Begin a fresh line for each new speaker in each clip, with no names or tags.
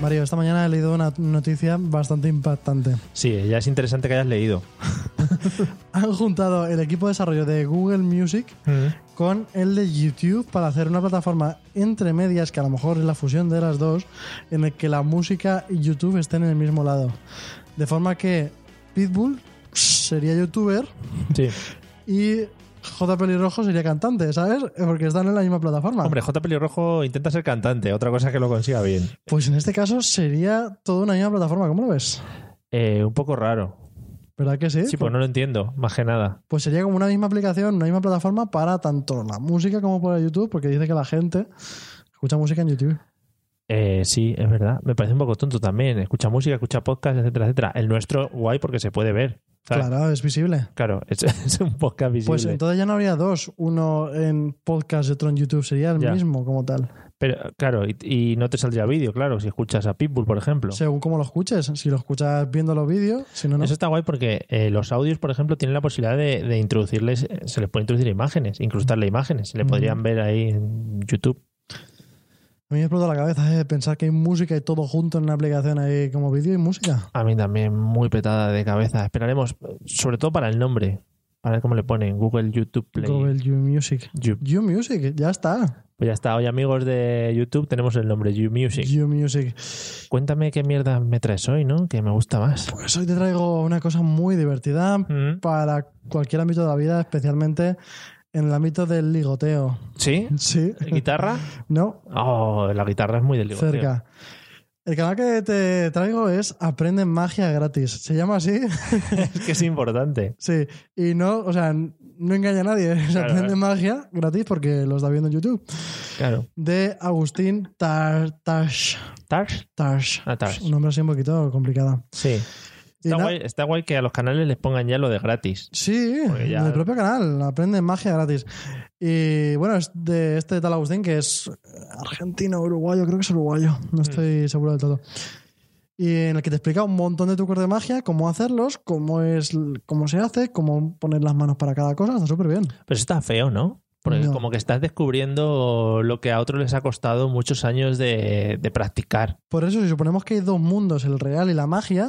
Mario, esta mañana he leído una noticia bastante impactante.
Sí, ya es interesante que hayas leído.
Han juntado el equipo de desarrollo de Google Music
Mm.
con el de YouTube para hacer una plataforma entre medias, que a lo mejor es la fusión de las dos, en el que la música y YouTube estén en el mismo lado. De forma que Pitbull sería youtuber
Sí.
y J. Pelirrojo sería cantante, ¿sabes? Porque están en la misma plataforma.
Hombre, J. Pelirrojo intenta ser cantante, otra cosa es que lo consiga bien.
Pues en este caso sería toda una misma plataforma, ¿cómo lo ves?
Eh, un poco raro.
¿Verdad que sí?
Sí, pues no lo entiendo, más que nada.
Pues sería como una misma aplicación, una misma plataforma para tanto la música como para YouTube, porque dice que la gente escucha música en YouTube.
Eh, sí, es verdad. Me parece un poco tonto también. Escucha música, escucha podcast, etcétera, etcétera. El nuestro, guay, porque se puede ver. ¿sabes?
Claro, es visible.
Claro, es, es un podcast visible.
Pues entonces ya no habría dos, uno en podcast y otro en YouTube, sería el
Ya.
mismo como tal.
Pero, claro, y, y no te saldría vídeo, claro, si escuchas a Pitbull, por ejemplo.
Según cómo lo escuches, si lo escuchas viendo los vídeos, si no, no.
Eso está guay porque eh, los audios, por ejemplo, tienen la posibilidad de, de introducirles, eh, se les puede introducir imágenes, incrustarle imágenes, se le podrían ver ahí en YouTube.
A mí me explota la cabeza eh, pensar que hay música y todo junto en una aplicación ahí como vídeo y música.
A mí también muy petada de cabeza. Esperaremos, sobre todo para el nombre, para ver cómo le ponen Google YouTube Play.
Google You Music.
You-
You Music, ya está.
Pues ya está, hoy amigos de YouTube tenemos el nombre You Music.
You Music.
Cuéntame qué mierda me traes hoy, ¿no? Que me gusta más.
Pues hoy te traigo una cosa muy divertida,
Mm.
para cualquier ámbito de la vida, especialmente en el ámbito del ligoteo.
¿Sí?
Sí,
¿Guitarra?
no,
Oh, la guitarra es muy del ligoteo.
cerca. El canal que te traigo es Aprende Magia Gratis. ¿Se llama así?
Es que es importante.
sí. Y no, o sea, no engaña a nadie. Es
Claro,
Aprende
claro.
Magia Gratis porque lo está viendo en YouTube.
Claro.
De Agustín Tartash.
¿Tars?
Tarsh.
Ah, Tarsh.
Un nombre así un poquito complicado.
Sí.
Y
Está
na-
guay, está guay que a los canales les pongan ya lo de gratis.
Sí,
Porque ya-
del propio canal, aprende magia gratis. Y bueno, es de este tal Agustín que es eh, argentino, uruguayo, creo que es uruguayo,
Mm.
no estoy seguro del todo. Y en el que te explica un montón de trucos de magia, cómo hacerlos, cómo es cómo se hace, cómo poner las manos para cada cosa, está súper bien.
Pero eso está feo, ¿no? Porque
No.
como que estás descubriendo lo que a otros les ha costado muchos años de, de practicar.
Por eso, si suponemos que hay dos mundos, el real y la magia,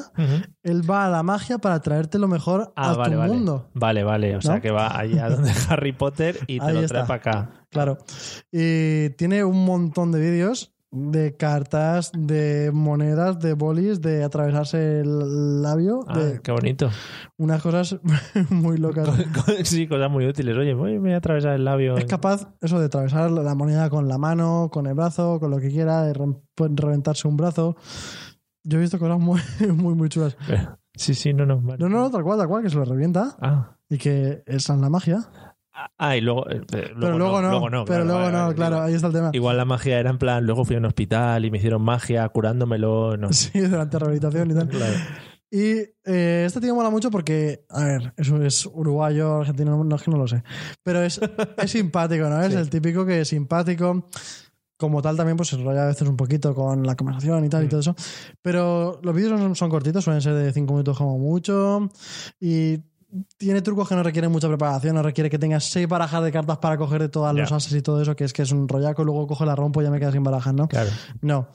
él va a la magia para traerte lo mejor
Ah,
a
vale,
tu
vale.
mundo.
Vale, vale. O sea
¿No?
que va allá donde Harry Potter y te
Ahí
lo trae
está.
para acá.
Claro. Y tiene un montón de vídeos de cartas, de monedas, de bolis, de atravesarse el labio,
Ah,
de
qué bonito.
unas cosas muy locas.
sí, cosas muy útiles. Oye, voy, me voy a atravesar el labio.
Es capaz eso de atravesar la moneda con la mano, con el brazo, con lo que quiera, de re- reventarse un brazo. Yo he visto cosas muy, muy, muy chulas.
Sí, sí, no, no. vale.
No, no, tal cual, tal cual, que se lo revienta
Ah.
y que esa es la magia.
Ah, y luego. eh,
pero luego no, pero
claro,
luego
vale,
no,
vale,
claro,
igual-
ahí está el tema.
Igual la magia era en plan, luego fui a un hospital y me hicieron magia curándomelo. No.
Sí, durante la rehabilitación y tal.
Claro.
Y eh, este tío mola mucho porque, a ver, eso es uruguayo, argentino, no es que no lo sé. Pero es, es simpático, ¿no? Es
Sí.
el típico que es simpático. Como tal, también pues, se enrolla a veces un poquito con la conversación y tal y
Mm.
todo eso. Pero los vídeos son, son cortitos, suelen ser de 5 minutos como mucho. Y tiene trucos que no requieren mucha preparación, no requiere que tengas seis barajas de cartas para coger de todas
Ya.
los ases y todo eso, que es que es un rollaco, luego cojo la rompo y ya me quedas sin barajas, ¿no?
Claro.
No.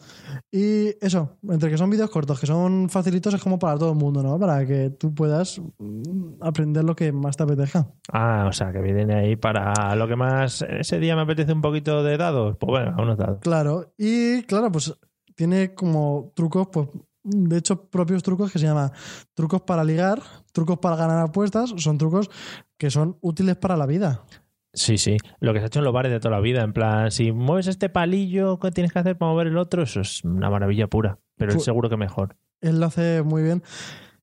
Y eso, entre que son vídeos cortos, que son facilitos, es como para todo el mundo, ¿no? Para que tú puedas mm, aprender lo que más te apetezca.
Ah, o sea, que viene ahí para lo que más. Ese día me apetece un poquito de dados. Pues bueno, a unos dados.
Claro. Y claro, pues tiene como trucos, pues de hecho propios trucos que se llama trucos para ligar, trucos para ganar apuestas, son trucos que son útiles para la vida.
Sí, sí. Lo que se ha hecho en los bares de toda la vida. En plan, si mueves este palillo, ¿qué tienes que hacer para mover el otro? Eso es una maravilla pura. Pero él
Fu-
seguro que mejor.
Él lo hace muy bien.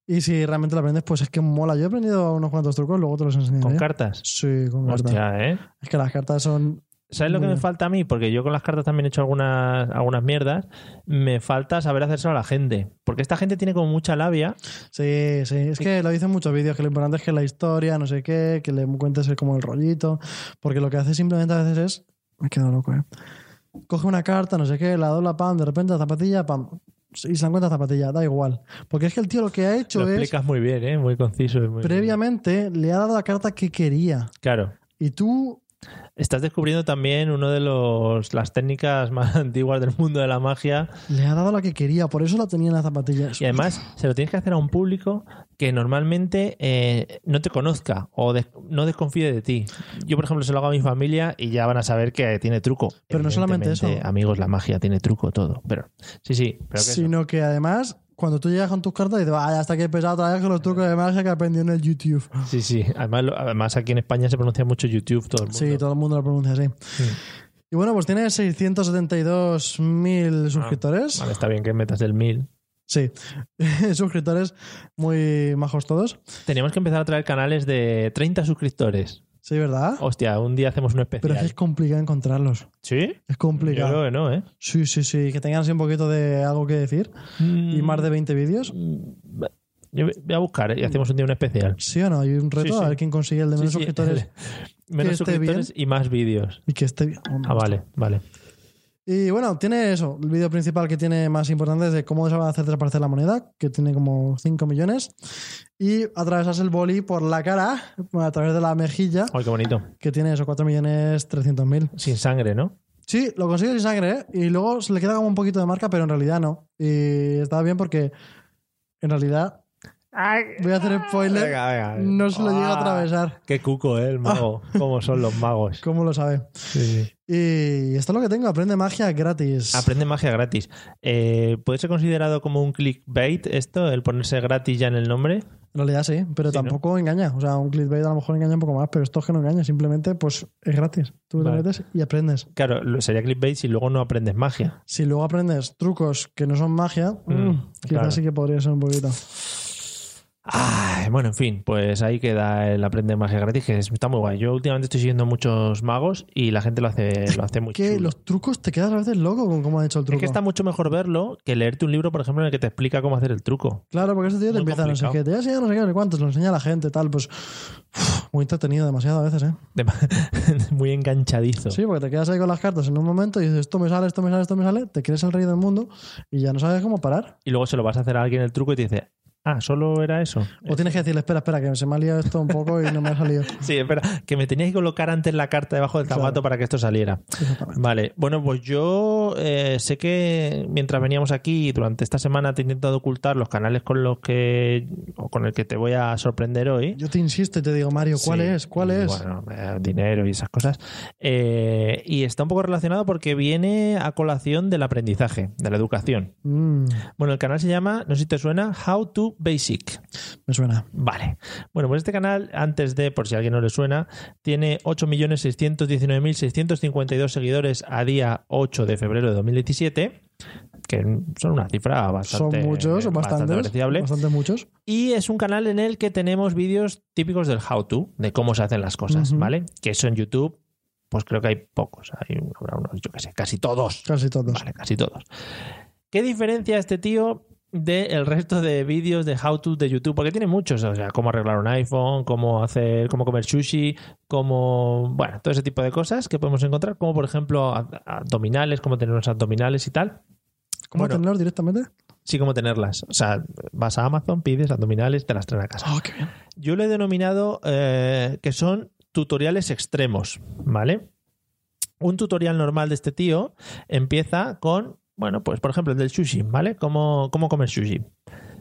Y si realmente lo aprendes, pues es que mola. Yo he aprendido unos cuantos trucos, luego te los enseñaré.
Con cartas.
Sí, con cartas.
Hostia, ¿eh?
Es que las cartas son.
¿Sabes lo
Muy
que me
bien.
falta a mí? Porque yo con las cartas también he hecho algunas, algunas mierdas. Me falta saber hacérselo a la gente. Porque esta gente tiene como mucha labia.
Sí, sí. Es que lo dicen muchos vídeos, que lo importante es que la historia, no sé qué, que le cuentes el- como el rollito. Porque lo que hace simplemente a veces es. Me quedo loco, eh. Coge una carta, no sé qué, la dobla, pam, de repente la zapatilla, pam. Y se encuentra zapatilla, da igual. Porque es que el tío lo que ha hecho
Lo
es.
explicas muy bien, ¿eh? Muy conciso. y muy-
Previamente le ha dado la carta que quería.
Claro.
Y tú
Estás descubriendo también una de los, las técnicas más antiguas del mundo de la magia.
le ha dado la que quería, por eso la tenía en las zapatillas.
Y además se lo tienes que hacer a un público que normalmente eh, no te conozca o des- no desconfíe de ti. Yo, por ejemplo, se lo hago a mi familia y ya van a saber que tiene truco.
Pero no solamente eso.
Evidentemente, Amigos, la magia tiene truco, todo. Pero sí, sí. Pero que eso.
Sino que además, cuando tú llegas con tus cartas, dices, vaya, hasta que he pesado otra vez con los trucos de magia que aprendí en el YouTube.
Sí, sí. Además, lo- además, aquí en España se pronuncia mucho YouTube todo el mundo.
Sí, todo el mundo lo pronuncia así. Y bueno, pues tiene 672.000 suscriptores.
Ah, Vale, está bien que metas el mil.
Sí, suscriptores muy majos todos.
Teníamos que empezar a traer canales de 30 suscriptores.
Sí, ¿verdad?
Hostia, un día hacemos un
Pero es que
especial.
es complicado encontrarlos.
¿Sí?
Es
Yo
complicado.
creo que no, ¿eh?
Sí, sí, sí. Que tengan así un poquito de algo que decir. Y
Mm.
más de 20 vídeos.
Yo voy a buscar ¿eh? y hacemos un día un especial.
¿Sí o no? Hay un reto
Sí, sí.
a ver quién consigue el de menos
Sí, sí,
suscriptores.
el- menos
esté
suscriptores y más vídeos.
Y que esté bien.
Ah, vale, vale.
Y bueno, tiene eso. El vídeo principal que tiene más importante es de cómo se va a hacer desaparecer la moneda, que tiene como 5 millones. Y atravesas el boli por la cara, a través de la mejilla,
Ay, qué bonito.
que tiene eso, 4 millones 300 mil.
Sin sangre, ¿no?
Sí, lo consigue sin sangre, ¿eh? Y luego se le queda como un poquito de marca, pero en realidad no. Y está bien porque en realidad. Voy a hacer spoiler.
Venga, venga.
No se lo llega Ah. a
Ah.
atravesar.
Qué cuco, ¿eh? El mago. ¿Cómo son los magos?
¿Cómo lo sabe?
Sí, sí.
Y esto es lo que tengo, aprende magia gratis.
Aprende magia gratis. Eh, ¿Puede ser considerado como un clickbait esto, el ponerse gratis ya en el nombre?
En realidad sí, pero
Sí, ¿no?
tampoco engaña. O sea, un clickbait a lo mejor engaña un poco más, pero esto es que no engaña, simplemente pues es gratis. Tú
Vale.
te metes y aprendes.
Claro, lo- sería clickbait si luego no aprendes magia.
Si luego aprendes trucos que no son magia,
Mm,
mm, quizás
claro.
sí que podría ser un poquito.
Ay, bueno, en fin, pues ahí queda el aprende magia gratis, que es- está muy guay. Yo últimamente estoy siguiendo muchos magos y la gente lo hace, lo hace muy
Que
chulo.
los trucos te quedas a veces loco con cómo han hecho el truco.
Es que está mucho mejor verlo que leerte un libro, por ejemplo, en el que te explica cómo hacer el truco.
Claro, porque este tío te
muy
empieza, no sé qué,
complicado.
te voy a enseñar no sé qué, no sé cuántos, lo enseña a la gente, tal, pues uf, muy entretenido demasiado a veces, ¿eh?
De- Muy enganchadizo.
Sí, porque te quedas ahí con las cartas en un momento y dices, esto me sale, esto me sale, esto me sale, te crees el rey del mundo y ya no sabes cómo parar.
Y luego se lo vas a hacer a alguien el truco y te dice, ah, solo era eso.
O tienes que decirle, espera, espera, que se me ha liado esto un poco y no me ha salido.
Sí, espera, que me tenías que colocar antes la carta debajo del zapato para que esto saliera.
Exactamente.
Vale, bueno, pues yo eh, sé que mientras veníamos aquí durante esta semana te he intentado ocultar los canales con los que o con el que te voy a sorprender hoy.
Yo te insisto y te digo, Mario, ¿cuál
Sí,
es? ¿Cuál
y
es?
Bueno, eh, dinero y esas cosas. Eh, y está un poco relacionado porque viene a colación del aprendizaje, de la educación.
Mm,
Bueno, el canal se llama, no sé si te suena, How to Basic.
me suena.
Vale. Bueno, pues este canal, antes de, por si a alguien no le suena, tiene 8.619.652 seguidores a día 8 de febrero de 2017, que son una cifra bastante,
son muchos, son
bastante
bastantes.
apreciable.
Bastantes muchos.
Y es un canal en el que tenemos vídeos típicos del how to, de cómo se hacen las cosas,
Ujú.
¿vale? Que eso en YouTube, pues creo que hay pocos, hay habrá unos, yo qué sé, casi todos.
Casi todos.
Vale, casi todos. ¿Qué diferencia este tío del resto de vídeos de how to de YouTube? Porque tiene muchos, o sea, cómo arreglar un iPhone, cómo hacer, cómo comer sushi, cómo, bueno, todo ese tipo de cosas que podemos encontrar, como por ejemplo a- abdominales, cómo tener unos abdominales y tal.
¿Cómo
Bueno.
tenerlos directamente?
Sí, cómo tenerlas. O sea, vas a Amazon, pides abdominales, te las traen a casa.
Oh, qué bien.
Yo lo he denominado eh, que son tutoriales extremos, ¿vale? Un tutorial normal de este tío empieza con, bueno, pues por ejemplo el del sushi, ¿vale? ¿Cómo, cómo comer sushi?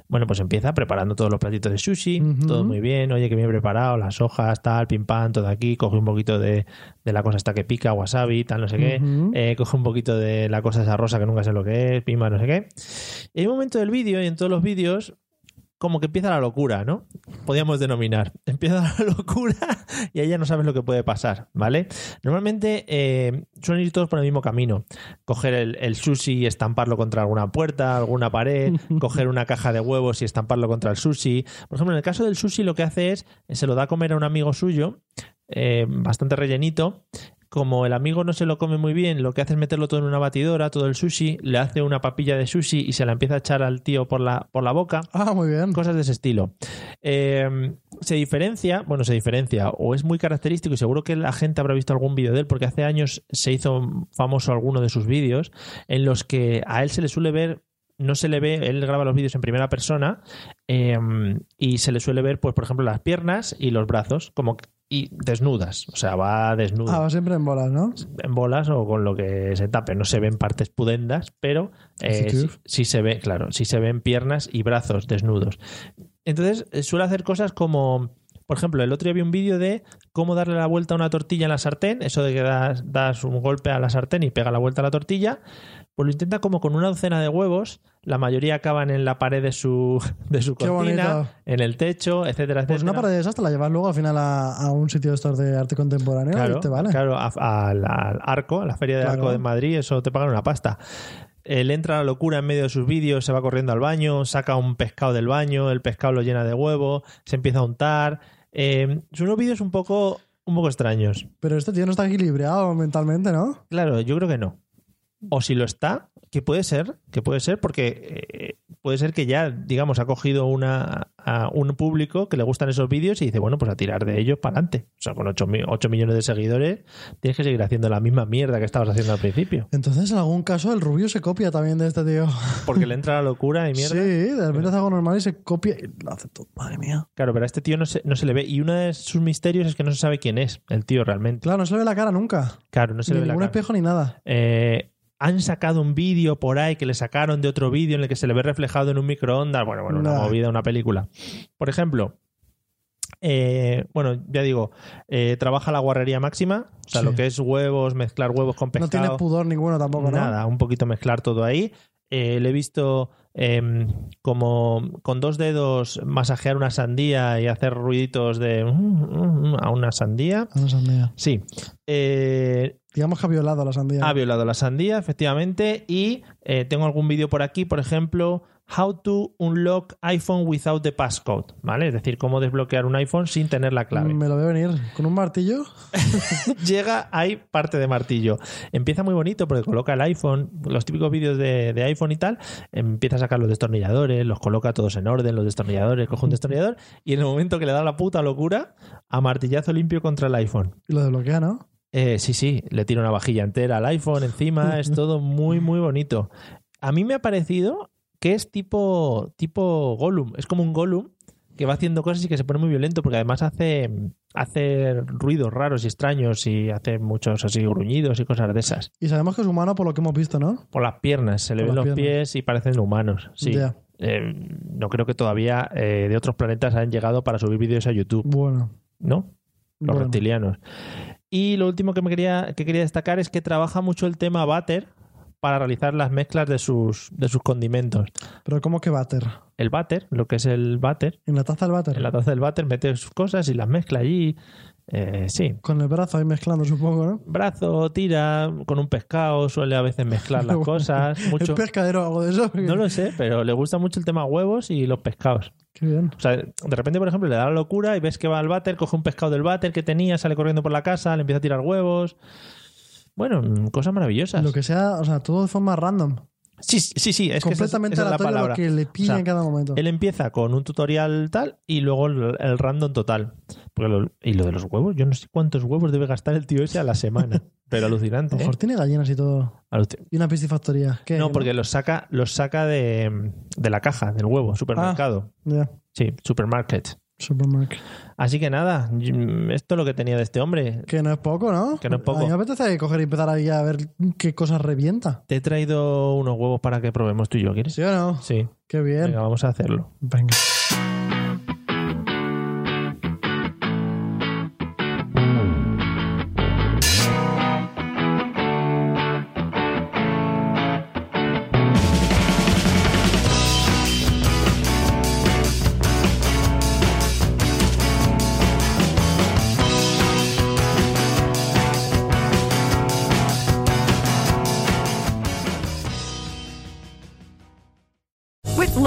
Bueno, pues empieza preparando todos los platitos de sushi,
Ujú.
todo muy bien, oye, que bien preparado, las hojas, tal, pim pam, todo aquí, coge un poquito de, de la cosa esta que pica, wasabi, tal, no sé qué,
Ujú.
eh, coge un poquito de la cosa esa rosa que nunca sé lo que es, pima, no sé qué. Y hay un momento del vídeo y en todos los vídeos como que empieza la locura, ¿no? Podríamos denominar. Empieza la locura y ahí ya no sabes lo que puede pasar, ¿vale? Normalmente eh, suelen ir todos por el mismo camino. Coger el, el sushi y estamparlo contra alguna puerta, alguna pared, coger una caja de huevos y estamparlo contra el sushi. Por ejemplo, en el caso del sushi lo que hace es, eh, se lo da a comer a un amigo suyo, eh, bastante rellenito, como el amigo no se lo come muy bien, lo que hace es meterlo todo en una batidora, todo el sushi, le hace una papilla de sushi y se la empieza a echar al tío por la, por la boca.
Ah, muy bien.
Cosas de ese estilo. Eh, se diferencia, bueno, se diferencia, o es muy característico, y seguro que la gente habrá visto algún vídeo de él, porque hace años se hizo famoso alguno de sus vídeos, en los que a él se le suele ver no se le ve, él graba los vídeos en primera persona eh, y se le suele ver, pues, por ejemplo, las piernas y los brazos, como que- y desnudas, o sea, va desnudo
Ah, va siempre en bolas, ¿no?
en bolas o con lo que se tape. No se ven partes pudendas, pero eh,
Sí,
sí,
sí.
sí se ve, claro, sí se ven piernas y brazos desnudos. Entonces eh, suele hacer cosas como, por ejemplo, el otro día vi un vídeo de cómo darle la vuelta a una tortilla en la sartén, eso de que das, das un golpe a la sartén y pega la vuelta a la tortilla, pues lo intenta como con una docena de huevos, la mayoría acaban en la pared de su, de su
Qué bonito.
cocina, en el techo, etcétera, etcétera.
Pues una pared de esas te la llevas luego al final a, a un sitio de estos de arte contemporáneo
Claro,
y te vale.
claro, a- al, al arco, a la feria del
Claro.
arco de Madrid, eso te pagan una pasta. Él entra a la locura en medio de sus vídeos, se va corriendo al baño, saca un pescado del baño, el pescado lo llena de huevo, se empieza a untar. Eh, son unos vídeos un poco, un poco extraños.
Pero este tío no está equilibrado mentalmente, ¿no?
Claro, yo creo que no. O si lo está, que puede ser, que puede ser, porque eh, puede ser que ya, digamos, ha cogido una, a un público que le gustan esos vídeos y dice, bueno, pues a tirar de ellos para adelante. O sea, con 8, millones de seguidores, tienes que seguir haciendo la misma mierda que estabas haciendo al principio.
Entonces, en algún caso, el rubio se copia también de este tío.
Porque le entra la locura y
Sí,
mierda.
de repente hace algo normal y se copia. y lo hace todo. Madre mía.
Claro, pero a este tío no se, no se le ve. Y uno de sus misterios es que no se sabe quién es el tío realmente.
Claro, no se le ve la cara nunca.
Claro, no se
ni
le ve la
ningún
cara.
espejo ni nada.
Eh, han sacado un vídeo por ahí que le sacaron de otro vídeo en el que se le ve reflejado en un microondas. Bueno, bueno, una
Nah.
movida, una película. Por ejemplo, eh, bueno, ya digo, eh, trabaja la guarrería máxima, o sea,
Sí.
lo que es huevos, mezclar huevos con
No tiene
pescado.
pudor ninguno tampoco, ¿no?
Nada, un poquito mezclar todo ahí. Eh, le he visto em, como con dos dedos masajear una sandía y hacer ruiditos de mm, mm, mm, a una sandía.
A la sandía.
Sí. Eh,
Digamos que ha violado a la sandía.
ha violado la sandía, efectivamente. Y eh, tengo algún vídeo por aquí, por ejemplo, How to unlock iPhone without the passcode, ¿vale? Es decir, cómo desbloquear un iPhone sin tener la clave.
Me lo veo venir. ¿Con un martillo?
Llega, hay parte de martillo. Empieza muy bonito porque coloca el iPhone, los típicos vídeos de, de iPhone y tal, empieza a sacar los destornilladores, los coloca todos en orden, los destornilladores, coge un destornillador y en el momento que le da la puta locura, a martillazo limpio contra el iPhone.
Y lo desbloquea, ¿no?
Eh, sí, sí, le tira una vajilla entera al iPhone encima, es todo muy, muy bonito. A mí me ha parecido que es tipo, tipo Gollum, es como un Gollum que va haciendo cosas y que se pone muy violento porque además hace, hace ruidos raros y extraños y hace muchos así gruñidos y cosas de esas.
Y sabemos que es humano por lo que hemos visto, ¿no?
Por las piernas, se le
Por
ven
las
los
piernas.
pies y parecen humanos. Sí.
Ya.
Eh, no creo que todavía eh, de otros planetas han llegado para subir vídeos a YouTube,
Bueno.
¿no? los
bueno.
reptilianos. Y lo último que me quería, que quería destacar es que trabaja mucho el tema váter para realizar las mezclas de sus, de sus condimentos.
Pero ¿cómo que váter?
El váter, lo que es el váter,
¿En la taza del váter?
en la taza del váter mete sus cosas y las mezcla allí. Eh, sí.
Con el brazo ahí mezclando, supongo, ¿no?
Brazo, tira, con un pescado, suele a veces mezclar las cosas. Mucho.
¿El pescadero o algo de eso?
No lo sé, pero le gusta mucho el tema huevos y los pescados.
Qué bien.
O sea, de repente, por ejemplo, le da la locura y ves que va al váter, coge un pescado del váter que tenía, sale corriendo por la casa, le empieza a tirar huevos. Bueno, mm, cosas maravillosas.
Lo que sea, o sea, todo de forma random.
Sí, sí, sí, es que esa es-
completamente
esa es la
aleatorio
palabra.
lo que le pilla
O sea,
en cada momento.
Él empieza con un tutorial tal y luego el, el random total. Porque lo- y lo de los huevos, yo no sé cuántos huevos debe gastar el tío ese a la semana. pero
A
alucinante.
lo
¿eh?
mejor tiene gallinas y todo.
Alucin-
Y una piscifactoría. ¿Qué?
No, porque los saca, los saca de, de la caja, del huevo, supermercado.
Ya,
Sí, supermarket.
supermarket.
Así que nada, mm, esto es lo que tenía de este hombre.
Que no es poco, ¿no?
Que no es poco.
A mí me apetece coger y empezar ahí a ver qué cosas revienta.
Te he traído unos huevos para que probemos tú y yo, ¿quieres?
¿Sí o no?
Sí.
Qué bien.
Venga, vamos a hacerlo.
Venga.
With